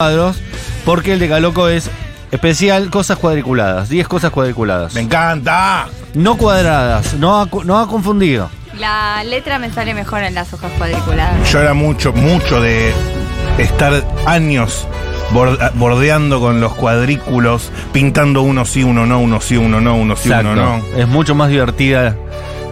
cuadros, porque el decaloco es especial cosas cuadriculadas, 10 cosas cuadriculadas. ¡Me encanta! No cuadradas, no ha, cu- no ha confundido. La letra me sale mejor en las hojas cuadriculadas. Yo era mucho, mucho de estar años borda- bordeando con los cuadrículos, pintando uno sí, uno no, uno sí, uno no, uno sí, uno no. Es mucho más divertida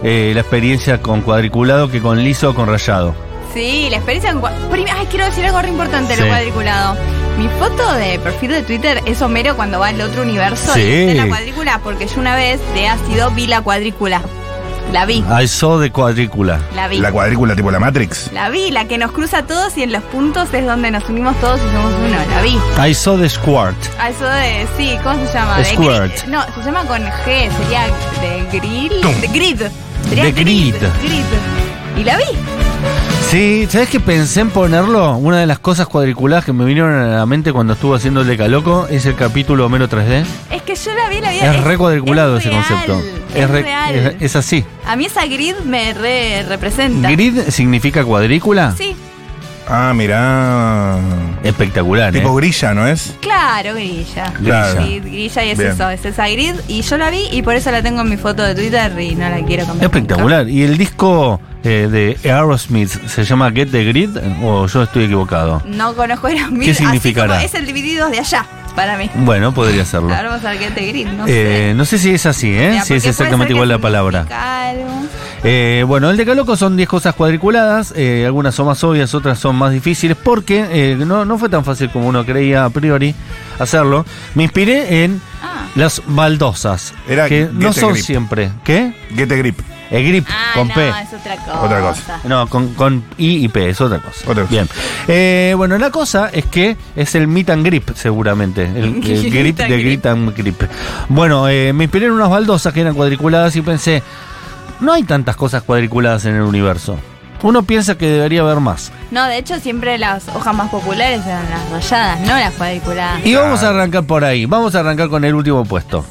eh, la experiencia con cuadriculado que con liso o con rayado. Sí, la experiencia en cua- Prim- Ay, quiero decir algo re importante de Sí. lo cuadriculado. Mi foto de perfil de Twitter es Homero cuando va al otro universo Sí. y está en la cuadrícula, porque yo una vez de ácido vi la cuadrícula. La vi, I saw de cuadrícula. la vi. La cuadrícula tipo la Matrix. La vi, la que nos cruza a todos y en los puntos es donde nos unimos todos y somos uno. La vi. I saw the squirt. A eso de, sí, ¿cómo se llama? De Squirt. gri- No, se llama con G, sería de grill. Tum. De grid. De Sería grid. grid. Y la vi. Sí, ¿sabes que pensé en ponerlo? Una de las cosas cuadriculadas que me vinieron a la mente cuando estuvo haciendo el decaloco es el capítulo Homero 3D. Es que yo la vi, la vi. Es re cuadriculado es ese real, concepto. Es, re- real. es- es así. A mí esa grid me re representa. ¿Grid significa cuadrícula? Sí, Ah, mirá. Espectacular, Tipo ¿eh? grilla, ¿no es? claro, grilla. Claro. Grid, grilla y es Bien. eso, es esa grid. Y yo la vi y por eso la tengo en mi foto de Twitter y no la quiero cambiar. Espectacular. ¿Y el disco eh, de Aerosmith se llama Get the Grid o yo estoy equivocado? No conozco a los ¿Qué significará? Es el dividido de allá, para mí. Bueno, podría serlo. Ahora vamos a ver qué te grid, no sé. Eh, no sé si es así, ¿eh? Mira, si es porque puede ser exactamente que igual la significa palabra. algo. Eh, bueno, el decaloco son 10 cosas cuadriculadas, eh, algunas son más obvias, otras son más difíciles, porque eh, no, no fue tan fácil como uno creía a priori hacerlo. Me inspiré en Ah. las baldosas, Era que Get no the son Grip. siempre. ¿Qué? Get a grip. El grip, Ah, con no, P. es otra cosa. Otra cosa. No, con, con I y P, es otra cosa. Otra cosa. Bien. Eh, bueno, la cosa es que es el meet and grip, seguramente. El, el grip Meet and de grip. grit and grip. Bueno, eh, me inspiré en unas baldosas que eran cuadriculadas y pensé, no hay tantas cosas cuadriculadas en el universo. Uno piensa que debería haber más. No, de hecho siempre las hojas más populares eran las rayadas, no las cuadriculadas. Y vamos a arrancar por ahí. Vamos a arrancar con el último puesto.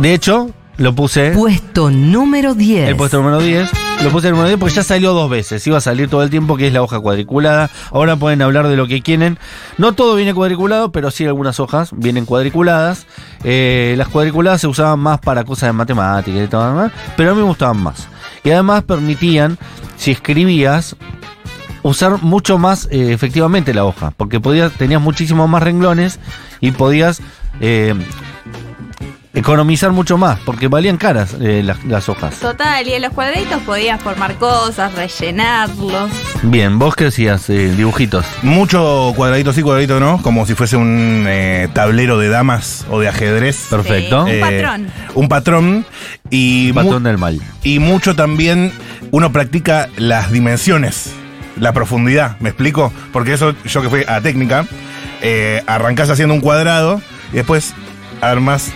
De hecho, lo puse. Puesto número 10. El puesto número 10. Lo puse el número 10 porque ya salió dos veces. Iba a salir todo el tiempo, que es la hoja cuadriculada. Ahora pueden hablar de lo que quieren. No todo viene cuadriculado, pero sí algunas hojas vienen cuadriculadas. Eh, las cuadriculadas se usaban más para cosas de matemáticas y todo lo demás, pero a mí me gustaban más. Y además permitían, si escribías, usar mucho más eh, efectivamente la hoja, porque podías, tenías muchísimos más renglones y podías eh, economizar mucho más, porque valían caras eh, las- las hojas. Total, y en los cuadritos podías formar cosas, rellenarlos. Bien, vos que hacías eh, dibujitos. Mucho cuadradito sí, cuadradito no, como si fuese un eh, tablero de damas o de ajedrez. Perfecto. Sí, Eh, un patrón. Un patrón. Y, mu- Batón del mal. y mucho también uno practica las dimensiones, la profundidad, ¿me explico? Porque eso, yo que fui a técnica, eh, arrancás haciendo un cuadrado y después armas,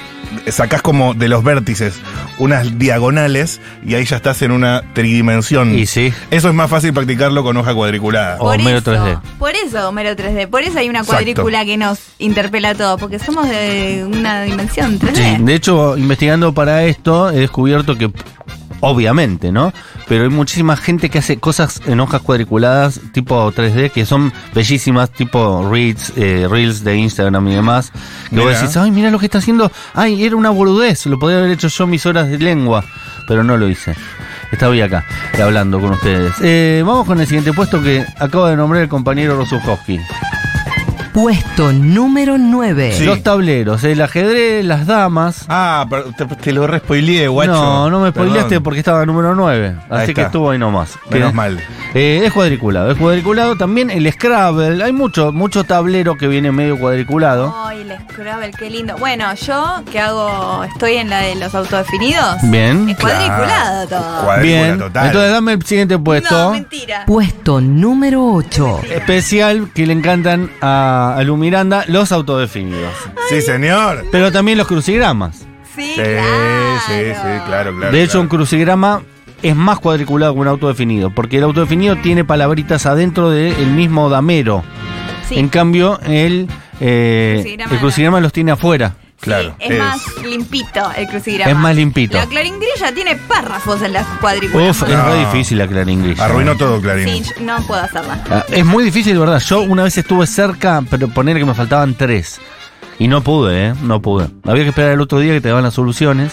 sacás como de los vértices unas diagonales y ahí ya estás en una tridimensión. Y sí. Eso es más fácil practicarlo con hoja cuadriculada. Oh. Homero 3D. Por eso Homero 3D. Por eso hay una Exacto. cuadrícula que nos interpela a todos, porque somos de una dimensión 3D. Sí, De hecho, investigando para esto, he descubierto que, obviamente, ¿no? Pero hay muchísima gente que hace cosas en hojas cuadriculadas tipo 3D que son bellísimas, tipo reels, eh, reels de Instagram y demás. Que vos Mirá. decís, ay, mira lo que está haciendo. Ay, era una boludez. Lo podría haber hecho yo mis horas de lengua, pero no lo hice. Estaba hoy acá eh, hablando con ustedes. Eh, vamos con el siguiente puesto que acaba de nombrar el compañero Rosuchowski. Puesto número 9. Sí. Los tableros, el ajedrez, las damas. Ah, pero te, te lo respoileé, guacho. No, no me Perdón. spoileaste porque estaba número 9. Ahí Así que está. estuvo ahí nomás. Menos Que- mal. Eh, es cuadriculado, es cuadriculado. También el Scrabble. Hay mucho, mucho tablero que viene medio cuadriculado. Ay, el Scrabble, qué lindo. Bueno, yo que hago, estoy en la de los autodefinidos. Bien. Es cuadriculado Claro. todo. Cuadrícula Bien. total. Entonces dame el siguiente No, puesto. mentira. Puesto número 8. Especial que le encantan a, a Lu Miranda, los autodefinidos. Sí, señor. Pero también los crucigramas. Sí, Sí, claro. sí, sí, claro, claro. de hecho, claro. un crucigrama es más cuadriculado que un autodefinido, porque el autodefinido tiene palabritas adentro del mismo damero. Sí. En cambio, el, eh, Crucigrama el crucigrama los tiene afuera. Claro, es, es- más limpito el crucigrama. Es más limpito. La claringrilla tiene párrafos en las cuadrículas. Uf, es No. muy difícil la claringlilla. Arruinó todo, Clarín. Sí, yo no puedo hacerla. Ah, Es muy difícil, ¿verdad? Yo una vez estuve cerca, pero poner que me faltaban tres. Y no pude, ¿eh? No pude. Había que esperar el otro día que te daban las soluciones.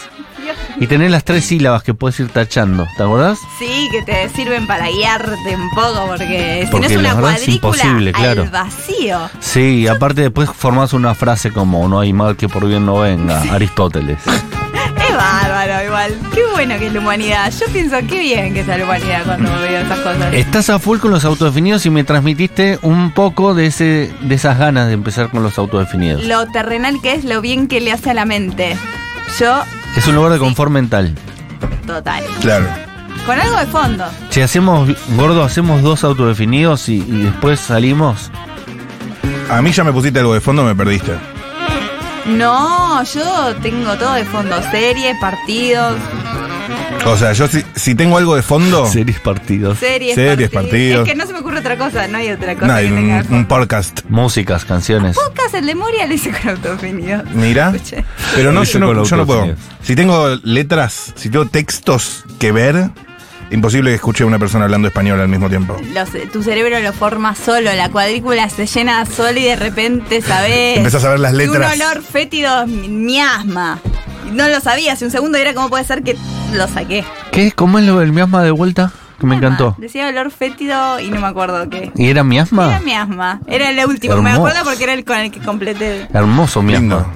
Y tener las tres sílabas que puedes ir tachando, ¿te acordás? Sí, que te sirven para guiarte un poco, porque, Porque si no es la una verdad es cuadrícula imposible, claro. al vacío. Sí, y aparte después formás una frase como no hay mal que por bien no venga, Aristóteles. Es bárbaro igual. Qué bueno que es la humanidad. Yo pienso qué bien que es la humanidad cuando veo esas cosas. Estás a full con los autodefinidos y me transmitiste un poco de ese de esas ganas de empezar con los autodefinidos. Lo terrenal que es, lo bien que le hace a la mente. Yo, Es un lugar de confort mental. total. Claro. Con algo de fondo. Si hacemos, gordo, hacemos dos autodefinidos y, y después salimos. A mí ya me pusiste algo de fondo, me perdiste. No, yo tengo todo de fondo. Series, partidos, O sea, yo si, si tengo algo de fondo, Series partidos. series, Series, partidos. Es que no se me ocurre otra cosa, no hay otra cosa no, que hay tenga de un, un fondo. podcast. Músicas, canciones. Podcast, el de Moria le hice con autoopinión. Mira, Escuché. pero no, Viste yo no, con la yo no puedo. autodefinida. Si tengo letras, si tengo textos que ver, imposible que escuche a una persona hablando español al mismo tiempo. Los- tu cerebro lo forma solo, la cuadrícula se llena solo y de repente sabes. Empezás a ver las Y letras. Un olor fétido, mi- miasma. No lo sabía hace un segundo y era como puede ser que lo saqué. ¿Qué? ¿Cómo es lo del miasma de vuelta? Que me encantó. Decía olor fétido y no me acuerdo qué. ¿Y era Era miasma? miasma. Era el último. Me Hermoso. acuerdo porque era el con el que completé. Hermoso Lindo. miasma.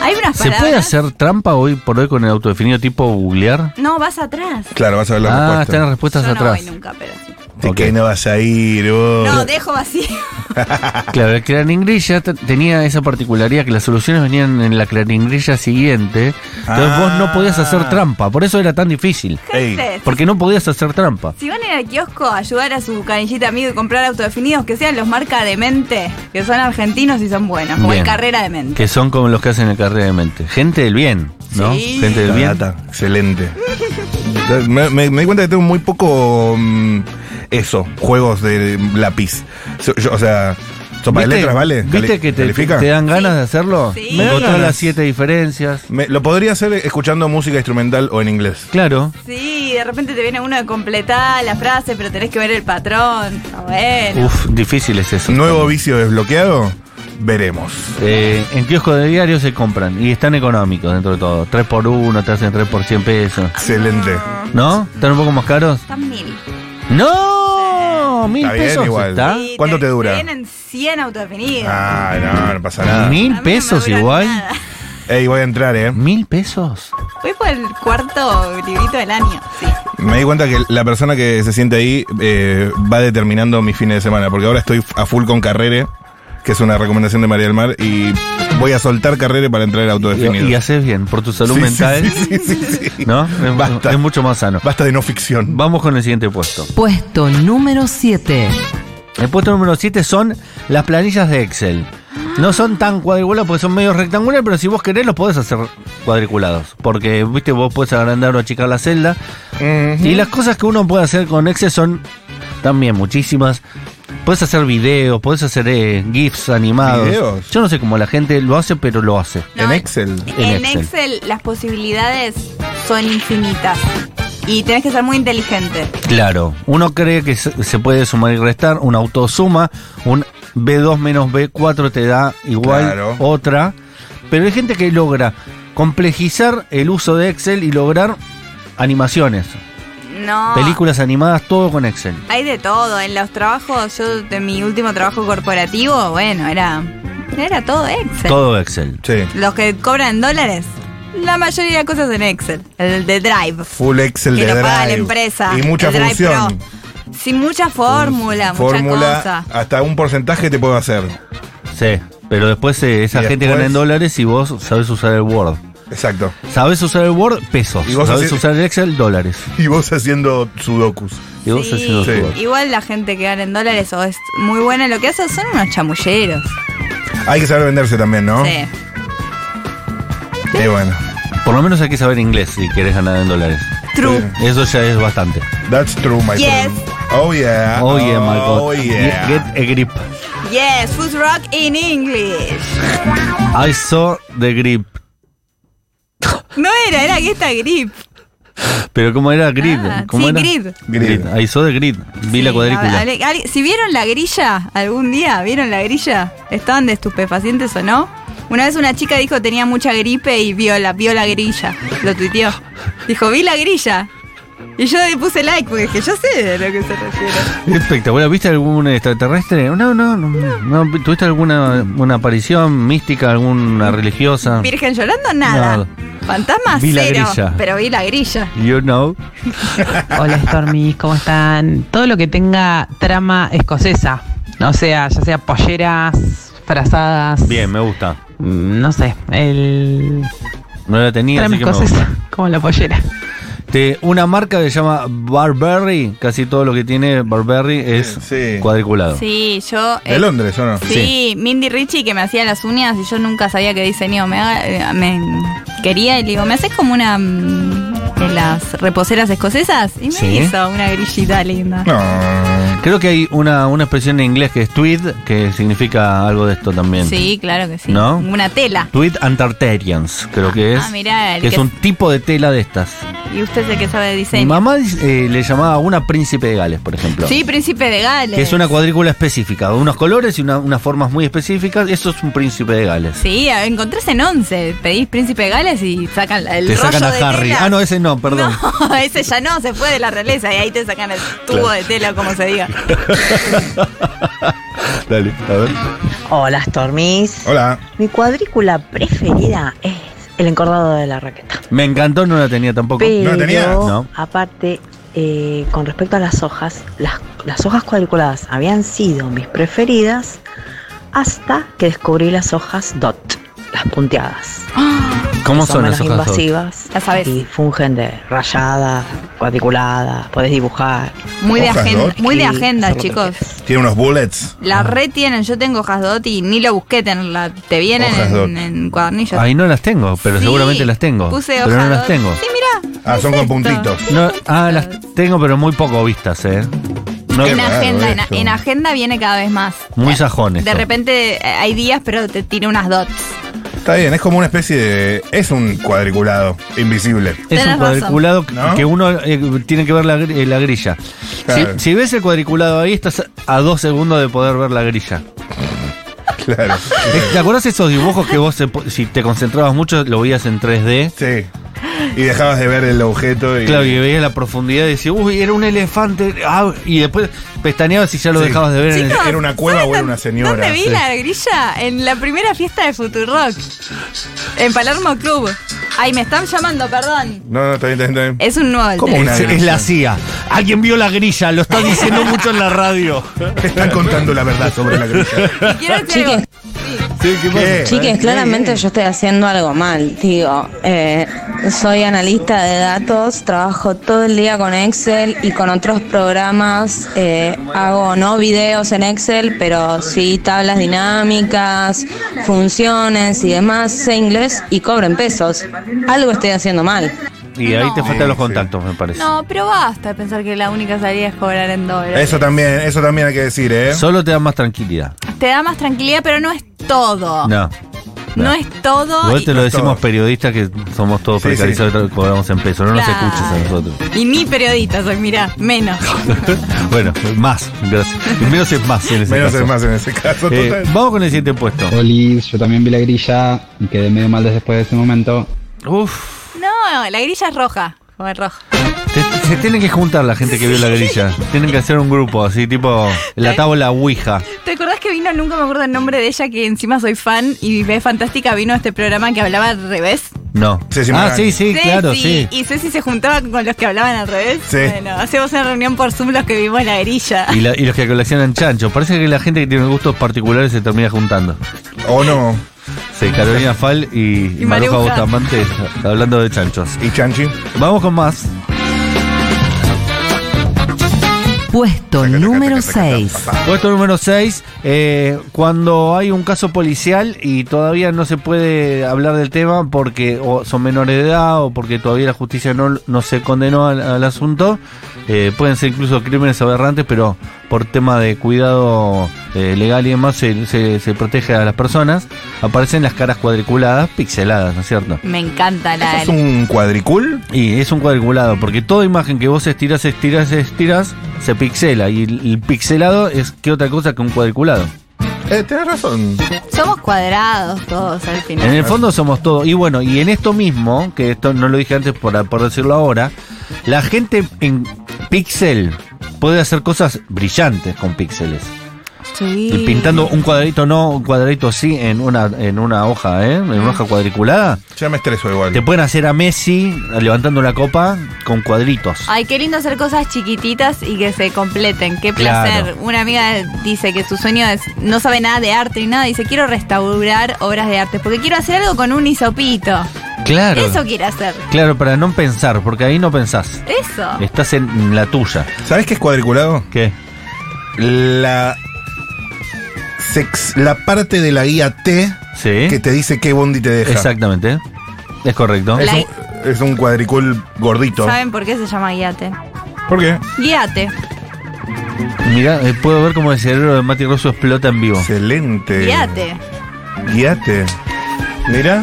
Hay unas ¿Se palabras. puede hacer trampa hoy por hoy con el autodefinido tipo googlear? No, vas atrás. Claro, vas a ver las Ah, están las respuestas respuestas. Yo no atrás. voy nunca, pero sí. Sí, Ok. que no vas a ir vos. No, dejo vacío. Claro, la claringrilla te- tenía esa particularidad que las soluciones venían en la claringrilla siguiente. Entonces Ah. vos no podías hacer trampa, por eso era tan difícil. Ey, Gente, Porque no podías hacer trampa. Si van a ir al kiosco a ayudar a su canillita amigo y comprar autodefinidos, que sean los marca de mente, que son argentinos y son buenos, como Bien. el carrera de mente. Que son como los que hacen el carrera de mente. Gente del bien, ¿no? Sí. Gente del la bien. data, excelente. me, me- me di cuenta que tengo muy poco mm, eso, juegos de lápiz. So- yo- o sea, sopa de ¿Viste- letras, ¿vale? ¿Viste Cali- que te, ¿Califica? te dan ganas de hacerlo? Sí. Me dan Encontrar ganas. las siete diferencias. Me- lo podría hacer escuchando música instrumental o en inglés. Claro. Sí, de repente te viene uno de completar la frase, pero tenés que ver el patrón. Está bueno. Uf, difícil es eso. Nuevo vicio desbloqueado, veremos. Eh, en kiosco de diario se compran y están económicos dentro de todo. 3 por 1 te hacen 3 por 100 pesos. Excelente. ¿No? ¿Están un poco más caros? Están mil. ¡No! ¿Mil Está bien, pesos igual. está? Sí, ¿Cuánto te dura? Vienen 100 autodefinidos. Ah, no, no pasa Mil nada. A mí no me pesos duran igual. nada. Ey, voy a entrar, eh. ¿Mil pesos? Voy por el cuarto librito del año. Sí. Me di cuenta que la persona que se siente ahí eh, va determinando mis fines de semana, porque ahora estoy a full con Carrere, que es una recomendación de María del Mar, y voy a soltar Carrere para entrar al Y, autodefinido. y haces bien, por tu salud Sí, sí, mental. sí, sí, sí, sí. ¿No? Es, Basta. es mucho más sano. Basta de no ficción. Vamos con el siguiente puesto. Puesto número 7. El puesto número 7 son las planillas de Excel. No son tan cuadriculadas porque son medio rectangulares, pero si vos querés los podés hacer cuadriculados. Porque, viste, vos podés agrandar o achicar la celda. Y las cosas que uno puede hacer con Excel son también muchísimas. Podés hacer videos, podés hacer eh, GIFs animados. ¿Videos? Yo no sé cómo la gente lo hace, pero lo hace. eh, En Excel. En En Excel. Excel. las posibilidades son infinitas. Y tenés que ser muy inteligente. Claro, uno cree que se se puede sumar y restar, un autosuma, un B2 menos B4 te da igual Claro. otra, pero hay gente que logra complejizar el uso de Excel y lograr animaciones, No. películas animadas, todo con Excel. Hay de todo. En los trabajos, yo de mi último trabajo corporativo, bueno, era. Era todo Excel. Todo Excel. Sí. Los que cobran en dólares, la mayoría de cosas en Excel. El de Drive. Full Excel que de lo Drive. paga la empresa. Y mucha el Drive función. Pro. Sí, mucha fórmula, mucha Fórmula, cosa. hasta un porcentaje te puedo hacer. Sí, pero después eh, esa Y gente después- gana en dólares y vos sabés usar el Word. Exacto. Sabés usar el Word, pesos. Y vos sabés haces- usar el Excel, dólares. Y vos haciendo sudokus. Y vos Sí, haciendo Sí. tu Word. Igual la gente que gana en dólares o es muy buena en lo que hace son unos chamulleros. Hay que saber venderse también, ¿no? Sí. Y bueno. Por lo menos hay que saber inglés si querés ganar en dólares. True. Sí. Eso ya es bastante. That's true, my Yes. friend. Oh yeah. Oye, Michael. Oh yeah. Get a grip. Yes, food rock in English. I saw the grip. No era, era que esta grip. Pero ¿cómo era grid? Ah, ¿Cómo sí, era? grid. Grid. I saw the grid. Vi la Sí, cuadrícula. hable- hable- Si vieron la grilla algún día, ¿vieron la grilla? ¿Estaban de estupefacientes o no? Una vez una chica dijo tenía mucha gripe y vio la, vio la grilla. Lo tuiteó. Dijo, vi la grilla. Y yo le puse like porque dije, yo sé de lo que se refiere. Espectacular. ¿Viste algún extraterrestre? No, no, no. no. ¿Tuviste alguna una aparición mística, alguna religiosa? Virgen llorando, nada. Ah. Nada. Fantasma, Vi la cero. grilla. Pero vi la grilla. You know. Hola Stormy, ¿cómo están? Todo lo que tenga trama escocesa, o sea, ya sea polleras, frazadas, Bien, me gusta. mm, no sé, el No la tenía, trama así que me gusta. escocesa, como la pollera. Este, una marca que se llama Barberry. Casi todo lo que tiene Barberry es sí. cuadriculado. Sí, yo. De Londres, ¿o no? Sí, Mindy Richie que me hacía las uñas y yo nunca sabía qué diseño me, haga- eh, me quería y le digo, ¿me haces como una mm, de las reposeras escocesas? Y me Sí. hizo una grillita linda. No. Creo que hay una, una expresión en inglés que es tweed, que significa algo de esto también. Sí, claro que sí. ¿No? Una tela. Tweed Antartarians, creo que es. Ah, mirá, el que es que- un tipo de tela de estas. Y usted es el que sabe de Mi diseño. mamá eh, le llamaba a una príncipe de Gales, por ejemplo. Sí, príncipe de Gales. Que es una cuadrícula específica, unos colores y una- unas formas muy específicas. Eso es un príncipe de Gales. Sí, a- encontrás en once. Pedís príncipe de Gales y sacan la- el Te rollo sacan a de Harry. tela. Ah, no, ese no, perdón. No, ese ya no, se fue de la realeza y ahí te sacan el tubo de tela, como se diga. Dale, a ver. Hola Stormis. Hola. Mi cuadrícula preferida es el encordado de la raqueta. Me encantó, no la tenía tampoco. Pero ¿No la tenías? No. aparte, eh, con respecto a las hojas, las, las hojas cuadriculadas habían sido mis preferidas hasta que descubrí las hojas dot, las punteadas. ¿Cómo que son las menos hojas? dos? invasivas Las sabes. y fungen de rayadas, cuadriculadas, podés dibujar. Muy de Hojas agenda, dot. muy de escribir, agenda, hacer lo que chicos. quieras. Tiene unos bullets. Ah. La red tienen, yo tengo hojas dot y ni lo busqué tenerla. Te vienen Hojas dot. en, en cuadernillos. Ahí no las tengo, pero Sí, seguramente las tengo. Puse pero hojas no las dot. tengo. Sí, mirá. Ah, ¿qué son es con esto? puntitos. No, ah, las tengo, pero muy poco vistas, ¿eh? No, Qué en raro agenda, en, esto. en agenda viene cada vez más. muy sajones. De repente eh, hay días, pero te tira unas dots. Está bien, es como una especie de. Es un cuadriculado invisible. Es Tenés un razón. cuadriculado ¿No? que uno eh, tiene que ver la, gr- eh, la grilla. Si- Claro. Si, ves el cuadriculado ahí, estás a dos segundos de poder ver la grilla. Claro. Eh, ¿Te acordás esos dibujos que vos, se po- si te concentrabas mucho, lo veías en 3D? Sí. Y dejabas de ver el objeto y. Claro, y veías la profundidad y decías, uy, era un elefante. ah", y después pestañeabas y ya lo Sí. dejabas de ver. en el- Chicos, Eh, Era una cueva ¿saben o era una dónde- señora? ¿Dónde vi Sí. la grilla? En la primera fiesta de Futurock. En Palermo Club. Ay, me están llamando, perdón. No, no, está bien, está bien, está bien. Es un nuevo el ¿Cómo tema. una Es, es grilla. la CIA. Alguien vio la grilla, lo está diciendo mucho en la radio. Eh. Te están contando la verdad sobre la grilla. Y quiero decir Chiques, algo. ¿Qué? Chiques, claramente yo estoy haciendo algo mal, digo. eh, soy analista de datos, trabajo todo el día con Excel y con otros programas. eh, hago no videos en Excel, pero sí tablas dinámicas, funciones y demás. Sé inglés y cobro en pesos. Algo estoy haciendo mal. Y ahí te No. faltan los Sí, sí. contactos, me parece. No, pero basta de pensar que la única salida es cobrar en dólares. Eso también, eso también hay que decir, ¿eh? Solo te da más tranquilidad. Te da más tranquilidad, pero no es todo. No, No. no. es todo. Igual te y- lo No decimos todo. periodistas que somos todos Sí, precarizados y cobramos en pesos. No nos Claro. escuches a nosotros. Y ni periodista soy, mirá, menos. bueno, más, gracias. Menos es más en ese Menos caso. es más en ese caso. Eh, total. vamos con el siguiente puesto. Oli, yo también vi la grilla y quedé medio mal después de ese momento. Uf, No, la grilla es roja. Como el rojo. se, se tienen que juntar la gente que vio la grilla. Tienen que hacer un grupo así, tipo la tabla Ouija. ¿Te acordás que vino, nunca me acuerdo el nombre de ella, que encima soy fan y es fantástica, vino a este programa que hablaba al revés? No. Ceci ah, Morgan. sí, sí, claro, sí. Y Ceci se juntaba con los que hablaban al revés. Sí. Bueno, hacemos una reunión por Zoom los que vimos la grilla. Y, la- y los que coleccionan chanchos. Parece que la gente que tiene gustos particulares se termina juntando. O no. Sí, Carolina Fal y, Y Maruja Maruja. Bustamante hablando de chanchos. ¿Y Chanchi? Vamos con más. Puesto número 6. Puesto número 6, cuando hay un caso policial y todavía no se puede hablar del tema porque o son menores de edad o porque todavía la justicia no, no se condenó al, al asunto, eh, pueden ser incluso crímenes aberrantes, pero por tema de cuidado eh, legal y demás se, se- se protege a las personas, aparecen las caras cuadriculadas, pixeladas, ¿no es cierto? Me encanta la. ¿Es un cuadricul? Y es un cuadriculado, porque toda imagen que vos estiras, estiras, estiras, se pixela. Y el el pixelado es que otra cosa que un cuadriculado. Eh, tenés razón. Somos cuadrados todos al En final. el fondo somos todos. Y bueno, y en esto mismo, que esto no lo dije antes por, por decirlo ahora, la gente en Pixel puede hacer cosas brillantes con píxeles. Sí. Y pintando un cuadradito no, un cuadradito sí en una, en una hoja, ¿eh? En una hoja cuadriculada. Ya me estreso igual. Te pueden hacer a Messi levantando la copa con cuadritos. Ay, qué lindo hacer cosas chiquititas y que se completen. Qué placer. Claro. Una amiga dice que su sueño es no sabe nada de arte ni nada. Dice, quiero restaurar obras de arte porque quiero hacer algo con un hisopito. Claro. Eso quiero hacer. Claro, para no pensar, porque ahí no pensás. Eso. Estás en la tuya. ¿Sabés qué es cuadriculado? ¿Qué? La. sex- la parte de la guía T Sí. que te dice qué bondi te deja. Exactamente. Es correcto. Es La- un, es un cuadricul gordito. ¿Saben por qué se llama guiate? ¿Por qué? Guiate. Mira, eh, puedo ver cómo el cerebro de Mati Rosso explota en vivo. Excelente. Guiate. Guiate. Mira,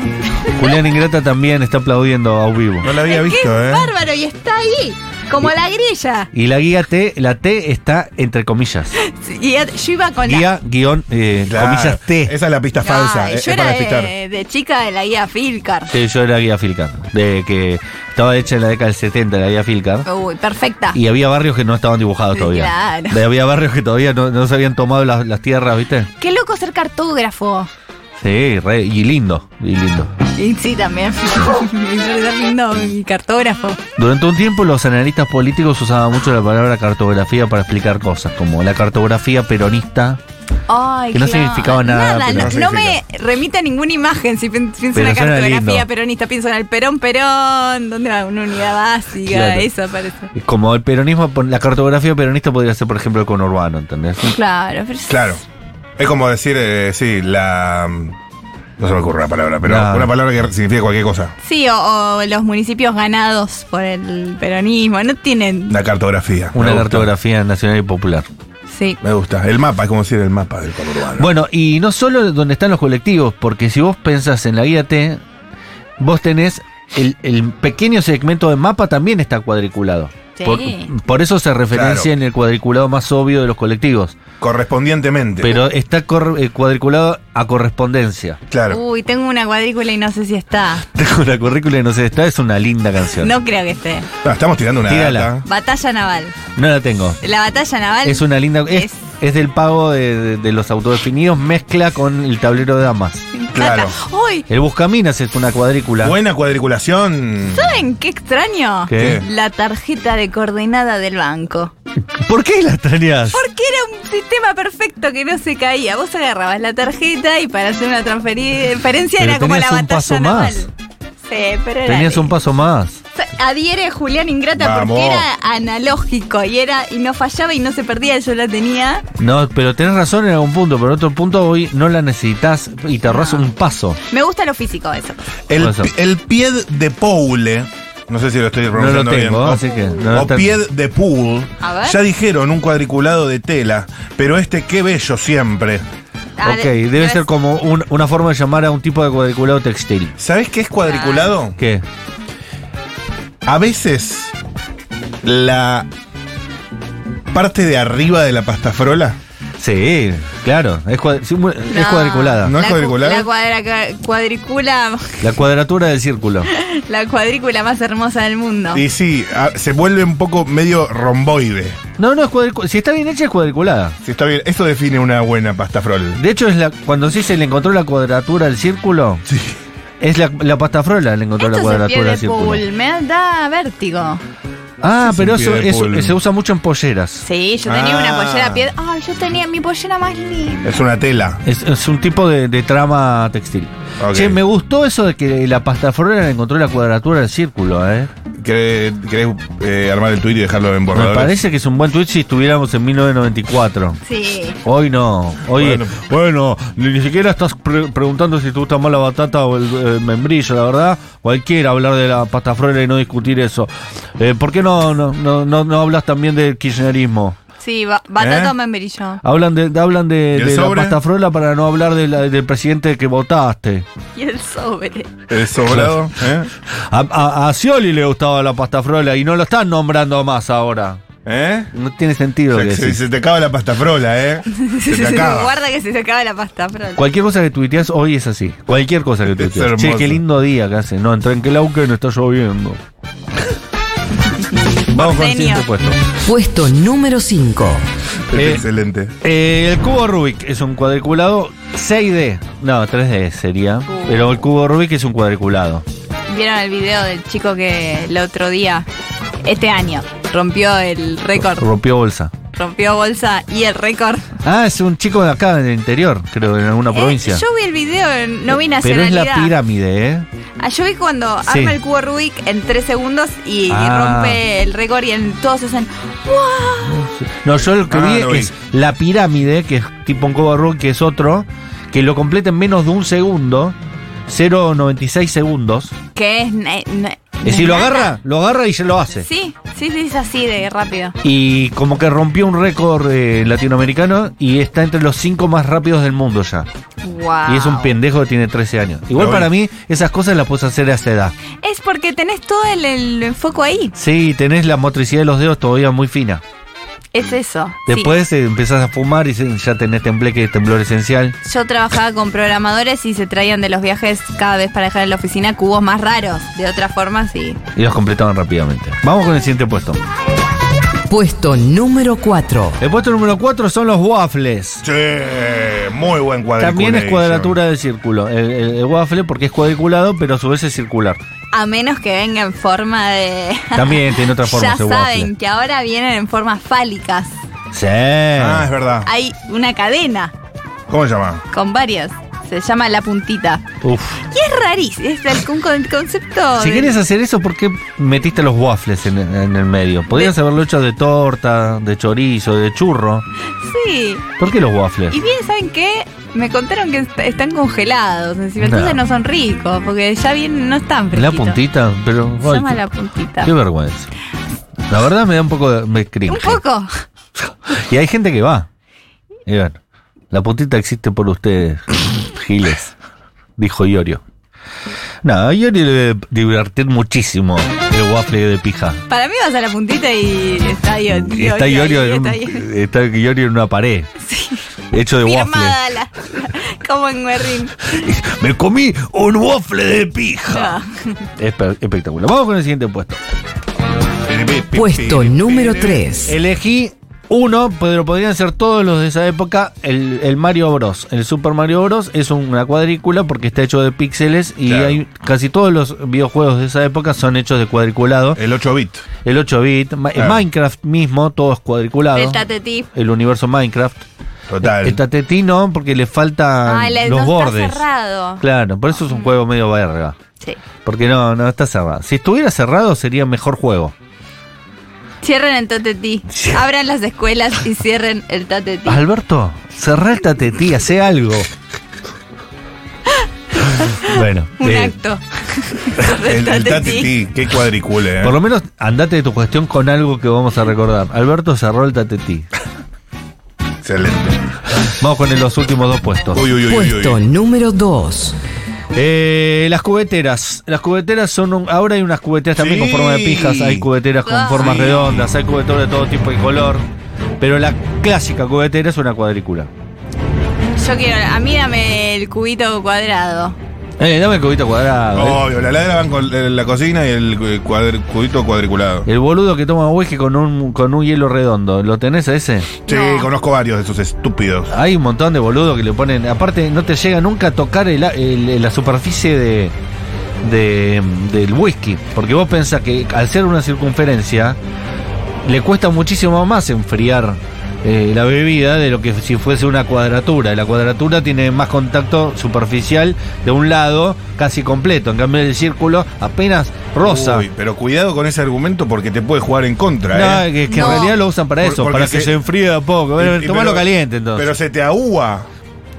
Julián Ingrata también está aplaudiendo a vivo. no la había Es que visto, es ¿eh? bárbaro y está ahí. Como la grilla. Y la guía T, la T está entre comillas. Sí, guiate. Yo iba con la. Guía, guión, eh, Claro, comillas T. Esa es la pista falsa. Ay, eh, yo es para era despistar. de, de chica de la guía Filcar. Sí, yo era guía Filcar, de que estaba hecha en la década del 70 la guía Filcar. Uy, perfecta. Y había barrios que no estaban dibujados Sí, todavía. claro. De- Había barrios que todavía no, no se habían tomado las, las tierras, ¿viste? Qué loco ser cartógrafo. Sí, re- y lindo, y lindo. Y sí, también. Ser lindo mi cartógrafo. Durante un tiempo los analistas políticos usaban mucho la palabra cartografía para explicar cosas, como la cartografía peronista, Ay, Que no claro. significaba nada, pero- no, No no me remite a ninguna imagen. Si pen- pienso en Pero la suena cartografía lindo. peronista, pienso en el Perón Perón, ¿dónde va una unidad básica? Claro. Eso parece. Como el peronismo, pon- la cartografía peronista podría ser, por ejemplo, el conurbano, ¿entendés? Claro, pero es- Claro. Es como decir, eh, sí, la. mm, No se me ocurre la palabra, pero No. una palabra que significa cualquier cosa. Sí, o, o los municipios ganados por el peronismo. No tienen. La cartografía. Una Me gusta. cartografía nacional y popular. Sí. Me gusta. El mapa, es como decir el mapa del conurbano. Bueno, y no solo donde están los colectivos, porque si vos pensás en la guía T, vos tenés el, el pequeño segmento de mapa también está cuadriculado. Sí. Por, por eso se referencia Claro. en el cuadriculado más obvio de los colectivos. Correspondientemente. Pero está cor- eh, cuadriculado a correspondencia. Claro. Uy, tengo una cuadrícula y no sé si está. Tengo la currícula y no sé, está es una linda canción. No, No creo que esté. No, estamos tirando una Tírala. data. Batalla naval. la tengo. La batalla naval. Es una linda. Es, Es- es del pago de, de- de los autodefinidos, mezcla con el tablero de damas. Claro. Uy, El Buscaminas es una cuadrícula. Buena cuadriculación. ¿saben qué extraño? ¿Qué? La tarjeta de coordenada del banco. ¿Por qué la extrañas? Porque era un sistema perfecto que no se caía. Vos agarrabas la tarjeta y para hacer una transferencia Pero era como la tenías un batalla paso naval. más. Sí, pero era. Tenías un paso más. Adhiere Julián Ingrata Vamos. porque era analógico y era y no fallaba y no se perdía, yo la tenía. No, pero tenés razón en algún punto, pero en otro punto hoy no la necesitas y te ahorras No. un paso. Me gusta lo físico eso. El, Eso. pi- el pie de Poule. No sé si lo estoy No pronunciando lo tengo, bien. así que. No o está- pie de pool. A ver. Ya dijeron un cuadriculado de tela, pero este qué bello siempre. Ah, Ok, debe debes- ser como un- una forma de llamar a un tipo de cuadriculado textil. ¿Sabés qué es cuadriculado? ¿Qué? A veces la parte de arriba de la pastafrola Sí, claro. Es, cuad- sí, mu- es No. cuadriculada. ¿No es La cu- cuadriculada? La cuadra- cuadricula, La cuadratura del círculo. la cuadrícula más hermosa del mundo. y sí, a- se vuelve un poco medio romboide. No, no es cuadriculada. Si está bien hecha, es cuadriculada. Si está bien, eso define una buena pastafrola. De hecho, es la, cuando sí se le encontró la cuadratura del círculo, Sí. es la, la pastafrola le encontró la Esto es el pie cuadratura de del círculo. pool, me da vértigo. Ah, Ese es pero un pie eso, de eso- pool. se usa mucho en polleras. Sí, yo tenía Ah. una pollera a pie. Ay, yo tenía mi pollera más linda. Es una tela. Es, es un tipo de, de trama textil. Ok. Che, me gustó eso de que la pastafrola le encontró la cuadratura del círculo, ¿eh? ¿Querés, querés, eh, armar el tuit y dejarlo en Me borrador? parece que es un buen tweet si estuviéramos en 1994. Sí. Hoy no. Hoy, Bueno. bueno, ni, ni siquiera estás pre- preguntando si te gusta más la batata o el, eh, membrillo, la verdad. Cualquiera hablar de la pasta frola y no discutir eso. Eh, ¿Por qué no, no, no, no, no hablas también del kirchnerismo? Sí, ba- batata ¿Eh? o membrillo. Hablan de, hablan de, ¿Y el de la sobre? pasta frola para no hablar de la- del presidente que votaste. Y el sobre. El sobrado, ¿eh? A, a, a Scioli le gustaba la pasta frola y no lo están nombrando más ahora. ¿Eh? No tiene sentido O que sea, que se, decís. se te acaba la pasta frola, ¿eh? Se te acaba. Guarda que se se acaba la pasta, pero. Cualquier cosa que tuiteas hoy es así. Cualquier cosa que Es tuiteas. Che, hermoso. qué lindo día que hace. No, entré en Quelauque y no está lloviendo. Vamos con el Porteño. siguiente puesto. Puesto número 5. Es Eh, excelente. Eh, el cubo Rubik es un cuadriculado 6D. No, 3D sería. Uh. Pero el cubo Rubik es un cuadriculado. ¿Vieron el video del chico que el otro día, este año, rompió el récord? Rompió bolsa. Rompió bolsa y el récord. Ah, es un chico de acá, del interior, creo, en alguna Eh, provincia. yo vi el video, no vi Pero es nacionalidad. la pirámide, ¿eh? Ah, yo vi cuando Sí. arma el cubo Rubik en tres segundos y, y Ah. rompe el récord y en, todos hacen ¡Wow! No, yo lo que Ah, vi lo vi. es la pirámide, que es tipo un cubo Rubik, que es otro, que lo completa en menos de un segundo, 0.96 segundos. Que es... na- na- Es decir, lo nada. agarra, lo agarra y ya lo hace. Sí, sí, sí, es así de rápido. Y como que rompió un récord eh, latinoamericano y está entre los cinco más rápidos del mundo ya. Wow. Y es un pendejo que tiene 13 años. Igual Lo para vi. mí, esas cosas las puedes hacer a esa edad. Es porque tenés todo el, el enfoco ahí. Sí, tenés la motricidad de los dedos todavía muy fina. Es eso. sí. Después eh, empezás a fumar y se- ya tenés tembleque, temblor esencial. Yo trabajaba con programadores y se traían de los viajes cada vez para dejar en la oficina cubos más raros. De otra forma, sí. Y los completaban rápidamente. Vamos con el siguiente puesto. Puesto número 4. El puesto número 4 son los waffles. Che, muy buen cuadriculado. También es cuadratura de círculo. El, el- el waffle porque es cuadriculado, pero a su vez es circular. A menos que venga en forma de. También tiene otra forma ya ese saben waffle. que ahora vienen en formas fálicas. Sí. Ah, es verdad. Hay una cadena ¿Cómo se llama? con varios. Se llama la puntita. Uf. Y es rarísimo. Es el con- con- concepto. Si de- quieres hacer eso, ¿por qué metiste los waffles en, en el medio? Podrías haberlo hecho de torta, de chorizo, de churro. Sí. ¿Por qué los waffles? Y bien, ¿saben qué? Me contaron que est- están congelados. Encima, No. entonces no son ricos. Porque ya vienen, no están La fresquitos. puntita, pero. Se ay, llama qué- la puntita. Qué vergüenza. La verdad me da un poco de me cringe. Un poco. Y hay gente que va. Y bueno, la puntita existe por ustedes, Giles, dijo Iorio. No, a Iorio le debe divertir muchísimo el waffle de pija. Para mí vas a la puntita y está yo. Está Iorio en, un- está Iorio en una pared. Hecho de waffle. Firmada la, la- como en Merrin. Me comí un waffle de Ah. pija. Espe- espectacular. Vamos con el siguiente puesto. Puesto número 3. Elegí uno, pero podrían ser todos los de esa época. El, el Mario Bros. El Super Mario Bros. es una cuadrícula porque está hecho de píxeles y Claro. hay casi todos los videojuegos de esa época son hechos de cuadriculado. El 8-bit. El 8-bit, ma- Eh. Claro. Minecraft mismo, todo es cuadriculado. El tatetí. El universo Minecraft. Total. El tatetino porque le faltan Ah, el los no bordes. está cerrado. Claro, por eso es un juego medio verga. Sí. Porque no, no está cerrado. Si estuviera cerrado sería mejor juego. Cierren el tatetí. Abran las escuelas y cierren el tatetí. Alberto, cerrá el tatetí, hace algo. bueno, Un eh, acto. El, el tatetí. tatití. Qué cuadricule, ¿eh? por lo menos andate de tu cuestión con algo que vamos a recordar. Alberto cerró el tatetí. Excelente. Vamos con los últimos dos puestos. Uy, uy, uy, uy, uy. Puesto número 2. Eh, las cubeteras. Las cubeteras son un- Ahora hay unas cubeteras también Sí. con forma de pijas. Hay cubeteras con Ah. formas Sí. redondas. Hay cubeteras de todo tipo y color. Pero la clásica cubetera es una cuadrícula. Yo quiero. A mí dame el cubito cuadrado. Eh, dame el cubito cuadrado. eh. Obvio, la ladra van con eh, la cocina y el cu- cuadri- cubito cuadriculado. El boludo que toma whisky con un, con un hielo redondo. ¿Lo tenés a ese? Sí, No. conozco varios de esos estúpidos. Hay un montón de boludos que le ponen. Aparte, no te llega nunca a tocar el- el- la superficie de, de- del whisky. Porque vos pensás que al ser una circunferencia, le cuesta muchísimo más enfriar eh, la bebida de lo que si fuese una cuadratura. Y La cuadratura tiene más contacto superficial de un lado casi completo. En cambio, el círculo apenas rosa. Uy, pero cuidado con ese argumento porque te puede jugar en contra, No, ¿eh? es que No. en realidad lo usan para Por- eso, porque para que se- se, enfríe de a poco. Y- Bueno, y tomalo pero- caliente entonces. Pero se te agúa.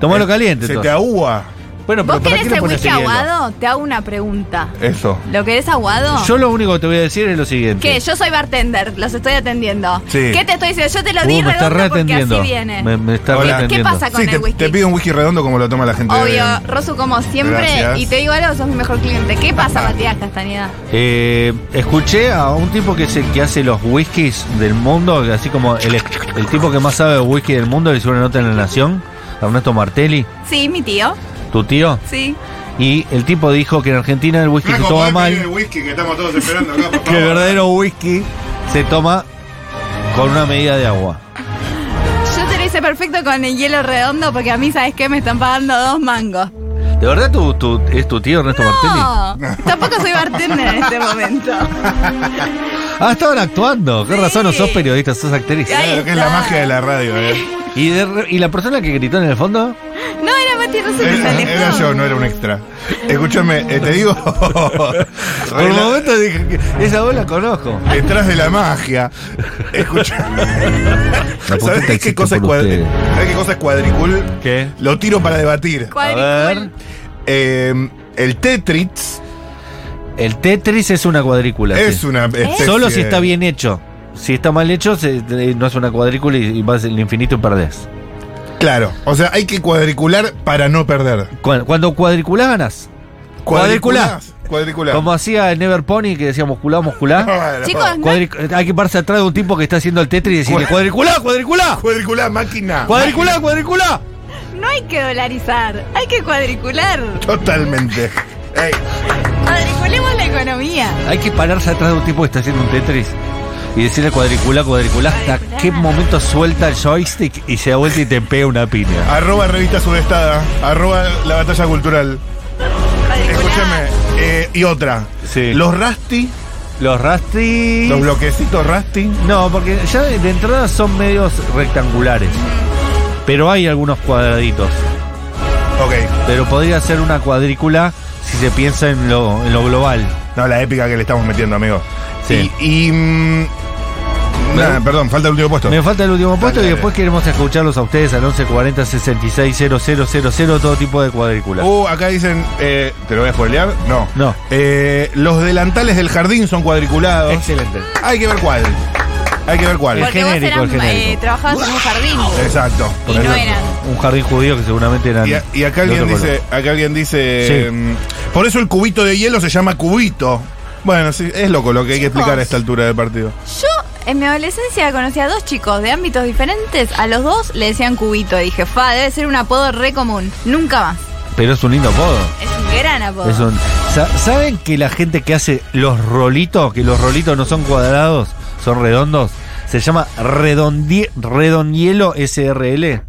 tomalo Eh, caliente Se entonces. te agúa. Bueno, ¿Vos pero ¿para querés qué le el pones whisky hielo? aguado? Te hago una pregunta. Eso. ¿Lo querés aguado? Yo lo único que te voy a decir es lo siguiente. ¿Qué? Yo soy bartender, los estoy atendiendo. Sí. ¿Qué te estoy diciendo? Yo te lo Uh, di me está redondo porque reatendiendo. así viene. Me, me está Hola. ¿Qué reatendiendo. pasa? con Sí, el te, whisky. te pido un whisky redondo como lo toma la gente. Obvio, de- Rosu, como siempre, Gracias. y te digo algo, sos mi mejor cliente. ¿Qué pasa, Matías Castañeda? Eh, escuché a un tipo que es el que hace los whiskies del mundo, que así como el, el tipo que más sabe de whisky del mundo, le hizo una nota en La Nación, Ernesto Martelli, Sí, mi tío. tu tío, Sí. y el tipo dijo que en Argentina el este whisky se toma mal, whisky Ah, que estamos todos esperando acá, por que el verdadero whisky se toma con una medida de agua. Yo te lo hice perfecto con el hielo redondo porque a mí, ¿sabes qué? Me están pagando dos mangos. ¿De verdad tu, tu- es tu tío Ernesto Martelli? No, tampoco soy bartender en este momento. Ah, estaban actuando, qué Sí. razón, no sos periodista, sos actriz. Ay. Claro, que es la está. magia de la radio, ¿eh? ¿Y, de re- ¿Y la persona que gritó en el fondo? No, era Mati Rosu que se Era, alejó. era yo, no era un extra. Escúchame, eh, te digo. Por un momento dije que esa voz la conozco. Detrás de la magia. Escúchame. ¿Sabés qué, existe cosa es por cuadri- ustedes. ¿Sabés qué cosa es cuadricul? ¿Qué? Lo tiro para debatir. Cuadricul. Eh, el Tetris El Tetris es una cuadrícula. es sí. una. especie- Solo si está bien hecho. Si está mal hecho, se- eh, no es una cuadrícula y y vas el infinito y perdés. Claro. O sea, hay que cuadricular para no perder. Cu- Cuando cuadriculás ganas. Cuadriculás. Cuadricular. Como hacía el Never Pony que decía musculá, musculá. Bueno. Chicos, no- Cuadric- hay que pararse atrás de un tipo que está haciendo el Tetris y decirle Cua- cuadriculá, cuadriculá. Cuadricular máquina. Cuadriculá, cuadriculá. no hay que dolarizar, hay que cuadricular. Totalmente. Ey, Cuadriculemos la economía. Hay que pararse atrás de un tipo que está haciendo un Tetris y decirle cuadriculá, cuadriculá hasta Cuadriculá. qué momento suelta el joystick y se da vuelta y te pega una piña. arroba revista sudestada. Arroba la batalla cultural. Cuadricular. Escúchame. eh, y otra. Sí. Los Rusty. Los Rusty. Los bloquecitos Rusty. No, porque ya de de entrada son medios rectangulares. Pero hay algunos cuadraditos. Ok. Pero podría ser una cuadrícula si se piensa en lo, en lo global. No, la épica que le estamos metiendo, amigo. Sí. Y. y, mm, nada, perdón, falta el último puesto. Me falta el último puesto Dale, y dale. después queremos escucharlos a ustedes al 1140 66 000, todo tipo de cuadrícula. Uh, acá dicen. eh, ¿Te lo voy a spoilear? No. No. Eh, los delantales del jardín son cuadriculados. Excelente. Hay que ver cuál. Hay que ver cuál. Porque genérico, vos el eras, genérico. eh, trabajabas en un jardín Exacto. y no eran. Un jardín judío que seguramente eran. Y, a- y acá de alguien otro dice, acá alguien dice, Sí. mm, por eso el cubito de hielo se llama cubito. Bueno, sí, es loco lo que hay que Chicos. explicar a esta altura del partido. Yo en mi adolescencia conocí a dos chicos de ámbitos diferentes. A los dos le decían cubito. Dije, fa, debe ser un apodo re común. Nunca más. color. Pero es un lindo apodo. Es un gran apodo. Es un- Sa- ¿Saben que la gente que hace los rolitos, que los rolitos no son cuadrados, son redondos? Se llama redondi- redondielo SRL.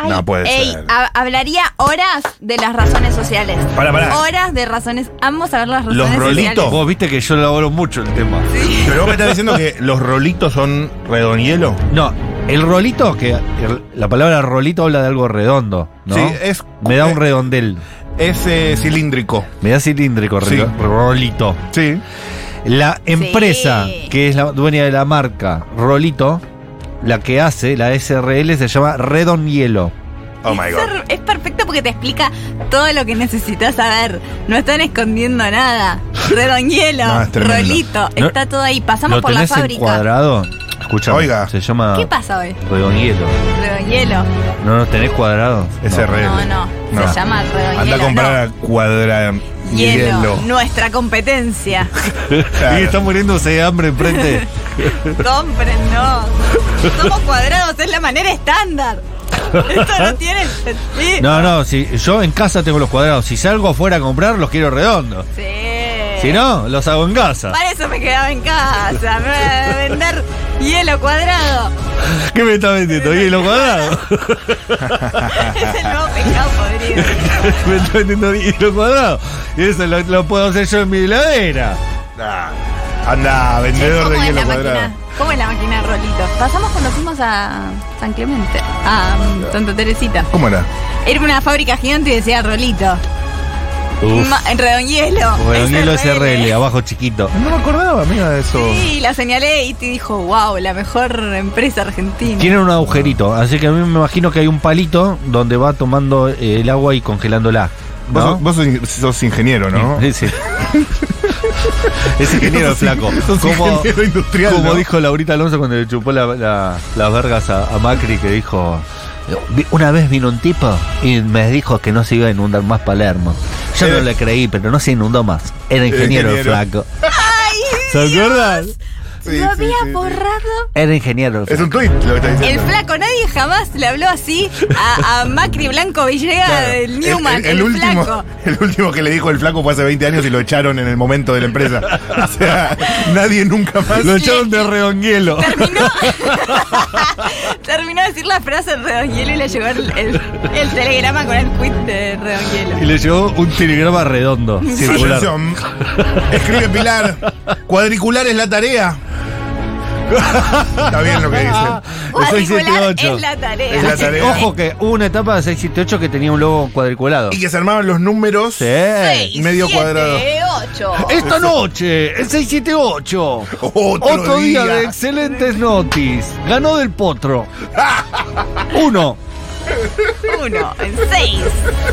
Ay, No puede ey, ser. ha- hablaría horas de las razones sociales. Pará, pará. Horas de razones. Ambos hablar las razones Los rolitos. sociales. Vos viste que yo elaboro mucho el tema. Pero vos me estás diciendo que los rolitos son redonhielo. No, el rolito, que el- la palabra rolito habla de algo redondo, ¿no? Sí, es- Me da un eh, redondel, Es eh, cilíndrico. me da cilíndrico, Sí. relo- rolito. Sí. La empresa que es la dueña de la marca Rolito, la que hace, la SRL, se llama Redondielo. Oh my god. Ser- Es perfecto porque te explica todo lo que necesitas saber. No están escondiendo nada. Redonguelo, No, es tremendo. rolito, No- está todo ahí. Pasamos ¿Lo por la tenés fábrica. encuadrado? Escucha, Oiga. se llama ¿Qué pasa hoy? redonguielo. Redonguelo. ¿No lo tenés cuadrado? SRL. No, no, No. Se llama redonguelo. Anda a comprar no. a cuadra Hielo, hielo. nuestra competencia. Claro. Y está muriéndose de hambre enfrente. Cómprennos. Somos cuadrados, es la manera estándar. Esto no tiene sentido. No, no, si yo en casa tengo los cuadrados. Si salgo afuera a comprar, los quiero redondos. Sí. Si no, los hago en casa. Para eso me quedaba en casa. Me voy a vender hielo cuadrado. ¿Qué me está vendiendo? Hielo cuadrado. Es el nuevo pecado podrido. me está vendiendo hielo cuadrado. Y eso lo, lo puedo hacer yo en mi heladera. Ah, Anda, vendedor ¿Cómo de es hielo la cuadrado. máquina? ¿Cómo es la máquina, Rolito? Pasamos cuando fuimos a San Clemente, a mm, Santa Teresita. ¿Cómo era? Era una fábrica gigante y decía Rolito. Ma- en Redonhielo. Redondielo SRL, abajo chiquito. No me acordaba, amiga, de eso. Sí, la señalé y te dijo, wow, la mejor empresa argentina. Tienen un agujerito, así que a mí me imagino que hay un palito donde va tomando eh, el agua y congelándola. Vos, ¿no? sos- vos sos, sos ingeniero, ¿no? Sí, sí. es ingeniero Sos flaco. in- sos Como, ingeniero industrial, como ¿no? dijo Laurita Alonso cuando le chupó la- la- las vergas a, a Macri, que dijo. "Vi- Una vez vino un tipo y me dijo que no se iba a inundar más Palermo. Yo no Eh. le creí, pero no se inundó más. Era ingeniero, el Ingeniero. flaco. ¿Se acuerdan? Sí, Lo sí, había sí, sí. borrado. Era ingeniero. el Es un flaco. tweet lo que está El diciendo. flaco, nadie jamás le habló así a, a Macri Blanco Villega Claro. del Newman, el, último, flaco. el último que le dijo el flaco fue hace 20 años y lo echaron en el momento de la empresa. O sea, nadie nunca más. Lo echaron de redonguelo. Terminó, terminó de decir la frase de Redonhielo y le llegó el, el- el telegrama con el tweet de Y Redonhielo. le llegó un telegrama redondo, circular. Atención. Escribe Pilar. Cuadricular es la tarea. Está bien lo que Ah, dice. Cuadricular 678. es la tarea. Es la tarea. Ojo que hubo una etapa de 678 que tenía un logo cuadriculado. Y que se armaban los números. Sí. Seis, medio siete, cuadrado. ocho. Esta noche, el 678. Otro día. día. de excelentes notis. Ganó del potro. Uno. Uno, seis.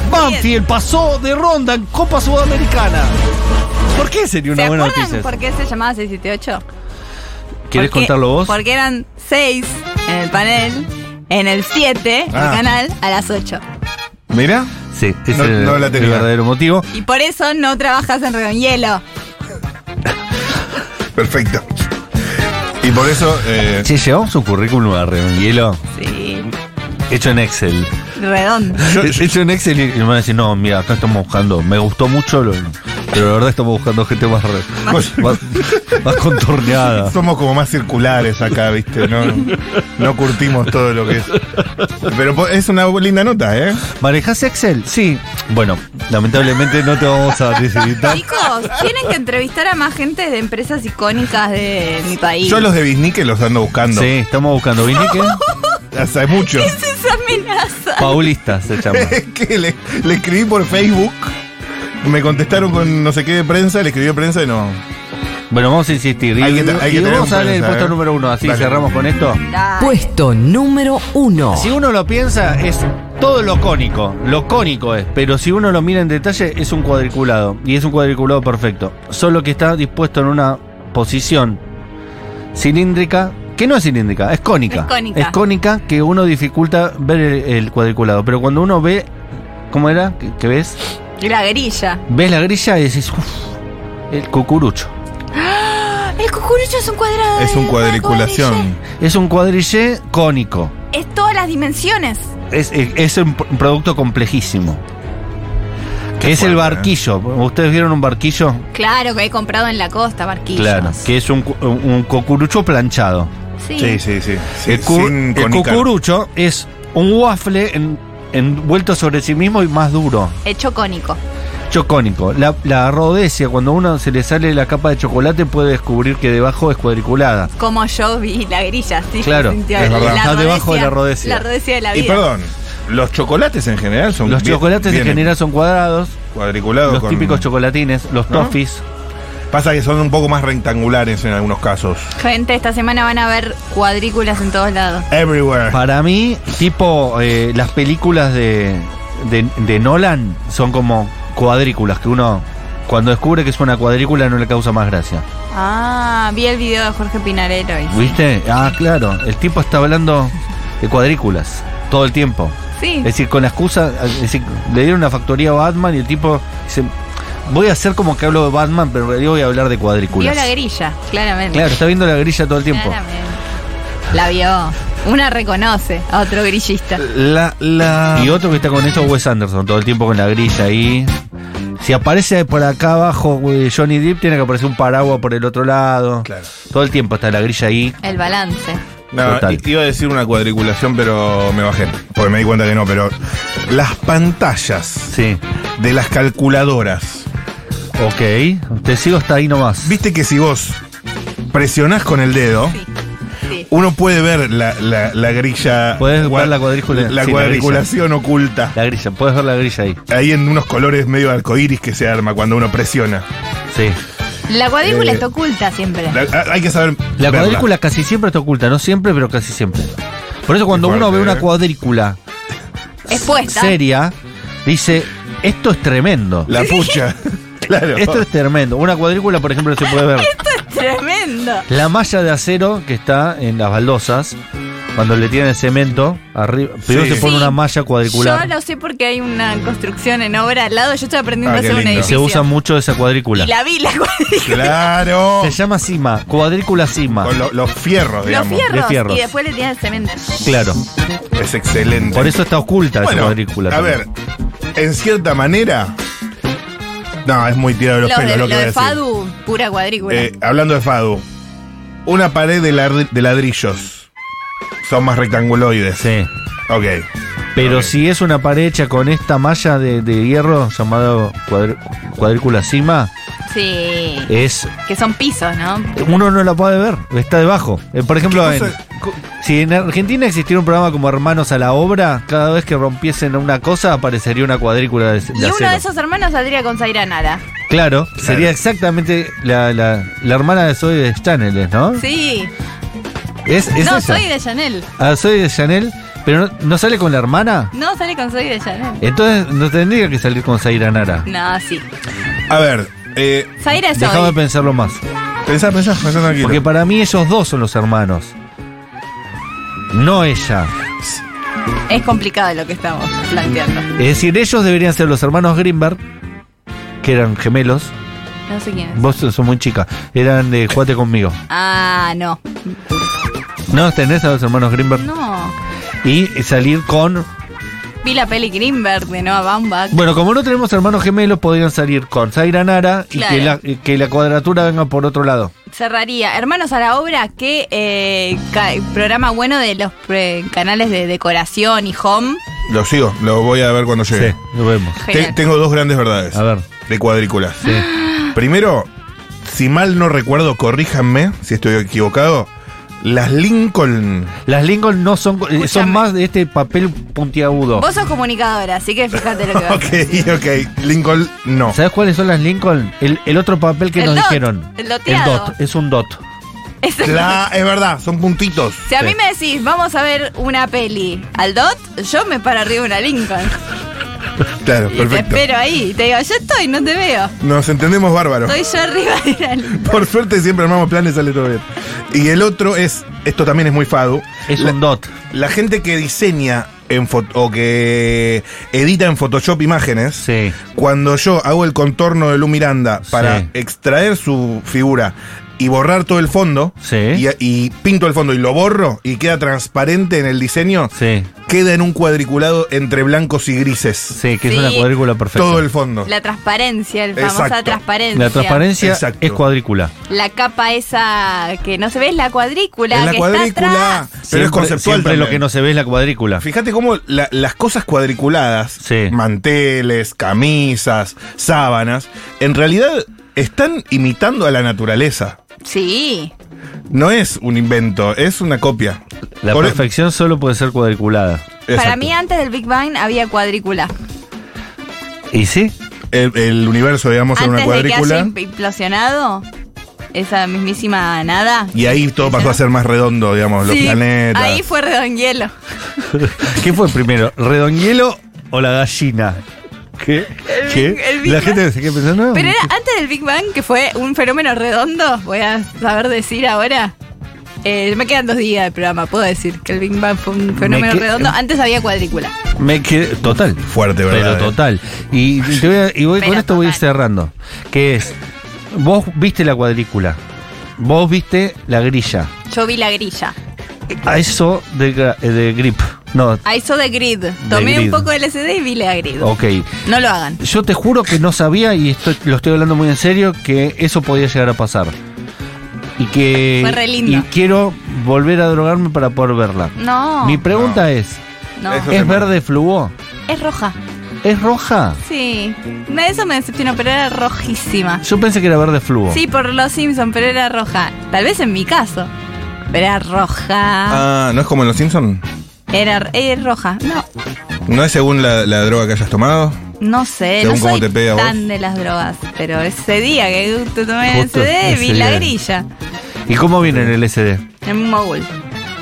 Banfield pasó de ronda en Copa Sudamericana. ¿Por qué sería ¿Se una buena acuerdan noticia? por qué se llamaba 678? ¿Quieres Porque- contarlo vos? Porque eran seis en el panel, en el 7, Ah. el canal, a las 8. Mira. Sí, ese No- era no la el tenía. verdadero motivo. Y por eso no trabajas en Redonhielo. Perfecto. Y por eso. eh, Che, llevamos un currículum a Redonguielo Sí, hecho en Excel. redondo. hecho en Excel y me van a decir, no, mira, acá estamos buscando, me gustó mucho, lo- pero la verdad estamos buscando gente más, re- más, más contorneada. Somos como más circulares acá, ¿viste? No, no curtimos todo lo que es. Pero po- es una linda nota, ¿eh? ¿Manejas Excel? Sí. Bueno, lamentablemente no te vamos a necesitar. Chicos, tienen que entrevistar a más gente de empresas icónicas de mi país. Yo los de Biznique los ando buscando. Sí, estamos buscando Vinique. Hace mucho. Esa amenaza. Paulista se llama. que le, le escribí por Facebook. Me contestaron con no sé qué de prensa, le escribí de prensa y no. Bueno, vamos a insistir. Y, Hay que te- hay que y tener vamos un a leer el pensar, puesto ¿eh? número uno, así Dale. cerramos con esto. Dale. Puesto número uno. Si uno lo piensa, es todo lo cónico. Lo cónico es, pero si uno lo mira en detalle, es un cuadriculado. Y es un cuadriculado perfecto. Solo que está dispuesto en una posición cilíndrica, que no es cilíndrica, es cónica. Es cónica. cónica, que uno dificulta ver el, el cuadriculado. Pero cuando uno ve, ¿cómo era? ¿Qué, qué ves? La grilla. Ves la grilla y decís, uff, el cucurucho. El cucurucho es un cuadrado. Es un una cuadriculación. Es un cuadrillé cónico. cuadrilla. Es todas las dimensiones. Es, es un pr- producto complejísimo. Que es el fuerte, ¿eh? barquillo. ¿Ustedes vieron un barquillo? Claro que he comprado en la costa, barquillos. Que es un, cu- un cocurucho planchado. Sí. Sí, sí, sí. Sí, el cu- sin el conicar. cucurucho es un waffle en- envuelto sobre sí mismo y más duro. Hecho cónico. Chocónico. La, la rodecia, cuando a uno se le sale la capa de chocolate, puede descubrir que debajo es cuadriculada. Como yo vi la grilla, sí. Claro, se sintió es la verdad. Está rodecia, debajo de la rodecia. La rodecia de la Y vida. perdón, los chocolates en general son. Los bien- chocolates en vienen general son cuadrados. Cuadriculados Los con- típicos chocolatines, los ¿No? toffees. Pasa que son un poco más rectangulares en algunos casos. Gente, esta semana van a ver cuadrículas en todos lados. Everywhere. Para mí, tipo, eh, las películas de, de, de Nolan son como cuadrículas, que uno cuando descubre que es una cuadrícula no le causa más gracia. Ah, vi el video de Jorge Pinarello. y sí. ¿Viste? Ah, claro. El tipo está hablando de cuadrículas todo el tiempo. Sí. Es decir, con la excusa, es decir, le dieron una factoría a Batman y el tipo dice, voy a hacer como que hablo de Batman, pero en realidad voy a hablar de Vio cuadrículas. la grilla, claramente. Claro, está viendo la grilla todo el tiempo. Claramente. La vio. Una reconoce a otro grillista. La, la. Y otro que está con eso, Wes Anderson, todo el tiempo con la grilla ahí. Si aparece por acá abajo eh, Johnny Depp, tiene que aparecer un paraguas por el otro lado. Claro. Todo el tiempo está la grilla ahí. El balance. No, Total. i- iba a decir una cuadriculación, pero me bajé. Porque me di cuenta que no, pero. Las pantallas Sí. de las calculadoras. Ok. Te sigo hasta ahí nomás. Viste que si vos presionás con el dedo, Sí. Sí. uno puede ver la, la, la grilla. Podés gua- ver la cuadrícula- La sí, la cuadriculación oculta. La grilla, puedes ver la grilla ahí. Ahí en unos colores medio arcoíris que se arma cuando uno presiona. Sí. La cuadrícula Eh, está oculta siempre. La- a- hay que saber. La verla. cuadrícula casi siempre está oculta, no siempre, pero casi siempre. Por eso cuando Qué uno ve fuerte, una ¿eh? cuadrícula Es puesta. seria, dice, esto es tremendo. La pucha. claro. Esto es tremendo. Una cuadrícula, por ejemplo, se puede ver. Tremendo. La malla de acero que está en las baldosas, cuando le tienen el cemento, arriba, primero Sí. se pone Sí. una malla cuadricular. Yo lo sé porque hay una construcción en obra al lado. Yo estoy aprendiendo Ah, a qué hacer un lindo. Y edificio. se usa mucho esa cuadrícula. Y la vi, la cuadrícula. Claro. Se llama cima, cuadrícula cima. Con lo- los fierros, Los digamos. fierros, de fierros. Y después le tiran el cemento. Claro. Es excelente. Por eso está oculta esa Bueno, cuadrícula. a también. ver, en cierta manera. No, es muy tirado de los Lo pelos de, lo que voy lo a de decir. Fadu, pura cuadrícula. Eh, hablando de Fadu, una pared de, ladri- de ladrillos. Son más rectanguloides. Sí. Ok. Pero Ok. si es una pared hecha con esta malla de, de hierro llamado cuadr- cuadrícula cima, sí. es que son pisos, ¿no? uno no la puede ver, está debajo. Eh, Por ejemplo, ¿Qué en- cosa? cu- si en Argentina existiera un programa como Hermanos a la Obra, cada vez que rompiesen una cosa aparecería una cuadrícula de, de Y uno acero. de esos hermanos saldría con Zaira Nara. Claro, sería exactamente la, la- la hermana de Zoe de Chanel, ¿no? Sí. Es, es no, ella. soy de Chanel. Ah, Zoe de Chanel, pero no, ¿no sale con la hermana. No, sale con soy de Chanel. Entonces no tendría que salir con Zaira Nara. No, sí. A ver, eh, Zaira es Déjame hoy. pensarlo más. pensá, pensá, pensá tranquilo. Porque para mí ellos dos son los hermanos. No ella. Es complicado lo que estamos planteando. Es decir, ellos deberían ser los hermanos Greenberg, que eran gemelos. No sé quién es. Vos sos muy chica. Eran de Juate conmigo. Ah, no. No tenés a los hermanos Greenberg. No. Y salir con. Vi la peli Greenberg de Noah Baumbach. Bueno, como no tenemos hermanos gemelos, podrían salir con Zaira Nara y Claro. que la, y que la cuadratura venga por otro lado. Cerraría. Hermanos a la obra, que eh, ca- programa bueno de los pre- canales de decoración y home. Lo sigo, lo voy a ver cuando llegue. lo vemos. Te- Genial. tengo dos grandes verdades A ver. de cuadrículas. Primero, si mal no recuerdo, corríjanme si estoy equivocado. Las Lincoln. Las Lincoln no son. eh, Son Escúchame. más de este papel puntiagudo. Vos sos comunicadora, así que fíjate lo que vas a Ok, ok. Lincoln no. ¿Sabés cuáles son las Lincoln? El, el otro papel que El nos dot, dijeron. el doteado. dot. Es un dot. Es- La- es verdad, son puntitos. Si a Sí. mí me decís, vamos a ver una peli al DOT, yo me paro arriba de una Lincoln. Claro, Y te perfecto. espero ahí. Te digo, yo estoy, no te veo. Nos entendemos bárbaro. Estoy yo arriba de una Lincoln. Por suerte siempre armamos planes, sale todo bien. Y el otro es, esto también es muy fado. Es la, un dot. la gente que diseña en fo- o que edita en Photoshop imágenes, Sí. cuando yo hago el contorno de Lu Miranda para Sí. extraer su figura y borrar todo el fondo, Sí. y, y pinto el fondo y lo borro y queda transparente en el diseño, Sí. queda en un cuadriculado entre blancos y grises. Sí, que es Sí. una cuadrícula perfecta. Todo el fondo. La transparencia, el famosa Exacto. transparencia. La transparencia Exacto. es cuadrícula. La capa esa que no se ve es la cuadrícula. en la que Está cuadrícula, atrás. pero es conceptual Siempre lo también. que no se ve es la cuadrícula. Fíjate cómo la- las cosas cuadriculadas, Sí. manteles, camisas, sábanas, en realidad están imitando a la naturaleza. Sí. No es un invento, es una copia. La Por- e- perfección solo puede ser cuadriculada. Para Exacto. mí, antes del Big Bang había cuadrícula. ¿Y sí? el, el universo, digamos, era una antes de que haya cuadrícula. imp- implosionado, esa mismísima nada. Y ahí todo pasó a ser más redondo, digamos, los Sí, planetas. Ahí fue redonguielo. ¿Qué fue primero? ¿Redonguielo o la gallina? ¿Qué? Big- el Big La Bang. gente se queda Oh, pensando. "No, Pero era antes del Big Bang, que fue un fenómeno redondo, voy a saber decir ahora. Eh, me quedan dos días de programa, puedo decir que el Big Bang fue un fenómeno que- redondo. Antes había cuadrícula. Me quedé. Total. Fuerte, ¿verdad? ¿eh? Pero total. Y, te voy a- y voy- Pero con esto voy a ir total. cerrando. Que es. Vos viste la cuadrícula. Vos viste la grilla. Yo vi la grilla. A eso de, gra- de grip. No. A eso de grid. Tomé grid. un poco de LSD y vi la grid. Ok. No lo hagan. Yo te juro que no sabía, y esto lo estoy hablando muy en serio, que eso podía llegar a pasar. Y que. Fue re lindo. Y quiero volver a drogarme para poder verla. No. Mi pregunta es: no. Eso- ¿es verde fluo? Es roja. ¿Es roja? Sí. Me- Eso me decepcionó, pero era rojísima. Yo pensé que era verde fluo. Sí, por los Simpsons, pero era roja. Tal vez en mi caso. Pero era roja. Ah, ¿no es como en Los Simpsons? Era, era roja. No, ¿No es según la, la droga que hayas tomado? no sé. Según no cómo soy te pegue a vos. tan de las drogas. Pero ese día que te tomé Justo SD, ese vi día. la grilla. ¿Y cómo viene el LCD? En un mogul.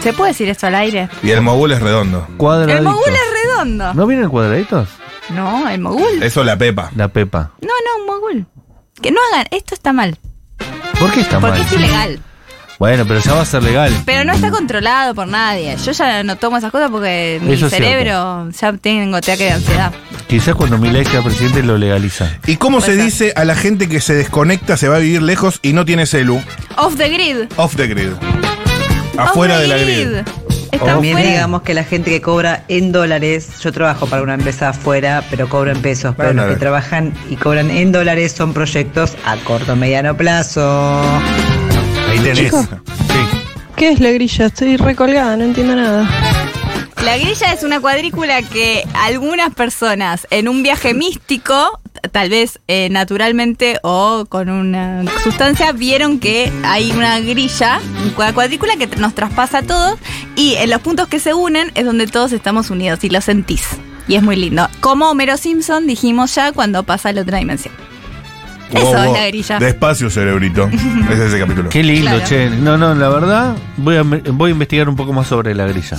¿Se puede decir esto al aire? Y el mogul es redondo. Cuadraditos. El mogul es redondo. No, ¿No vienen cuadraditos? el mogul. Eso la pepa. La pepa. No, no, un mogul. Que no hagan, esto está mal. ¿Por qué está mal? porque es ilegal. Bueno, pero ya va a ser legal. Pero no está controlado por nadie. Yo ya no tomo esas cosas porque mi Eso es cerebro ya tengo ataque de ansiedad. Quizás cuando Milei sea presidente lo legaliza. ¿Y cómo se Puede dice a la gente que se desconecta, se va a vivir lejos y no tiene celu? Off the grid. Off the grid. Afuera Off de the la grid. Oh. Está También afuera. digamos que la gente que cobra en dólares, yo trabajo para una empresa afuera, pero cobro en pesos, pero Bueno, a los ver. que trabajan y cobran en dólares son proyectos a corto mediano plazo. Ahí tenés. Sí. ¿Qué es la grilla? Estoy recolgada, no entiendo nada. La grilla es una cuadrícula que algunas personas en un viaje místico, t- tal vez eh, naturalmente o con una sustancia, vieron que hay una grilla, una cuadrícula que t- nos traspasa a todos y en los puntos que se unen es donde todos estamos unidos y lo sentís. Y es muy lindo. Como Homero Simpson dijimos ya cuando pasa a la otra dimensión. Eso Wow, es wow. la grilla. Despacio, cerebrito. Ese es ese capítulo. Qué lindo, Claro. che. No, no, la verdad, voy a, voy a investigar un poco más sobre la grilla.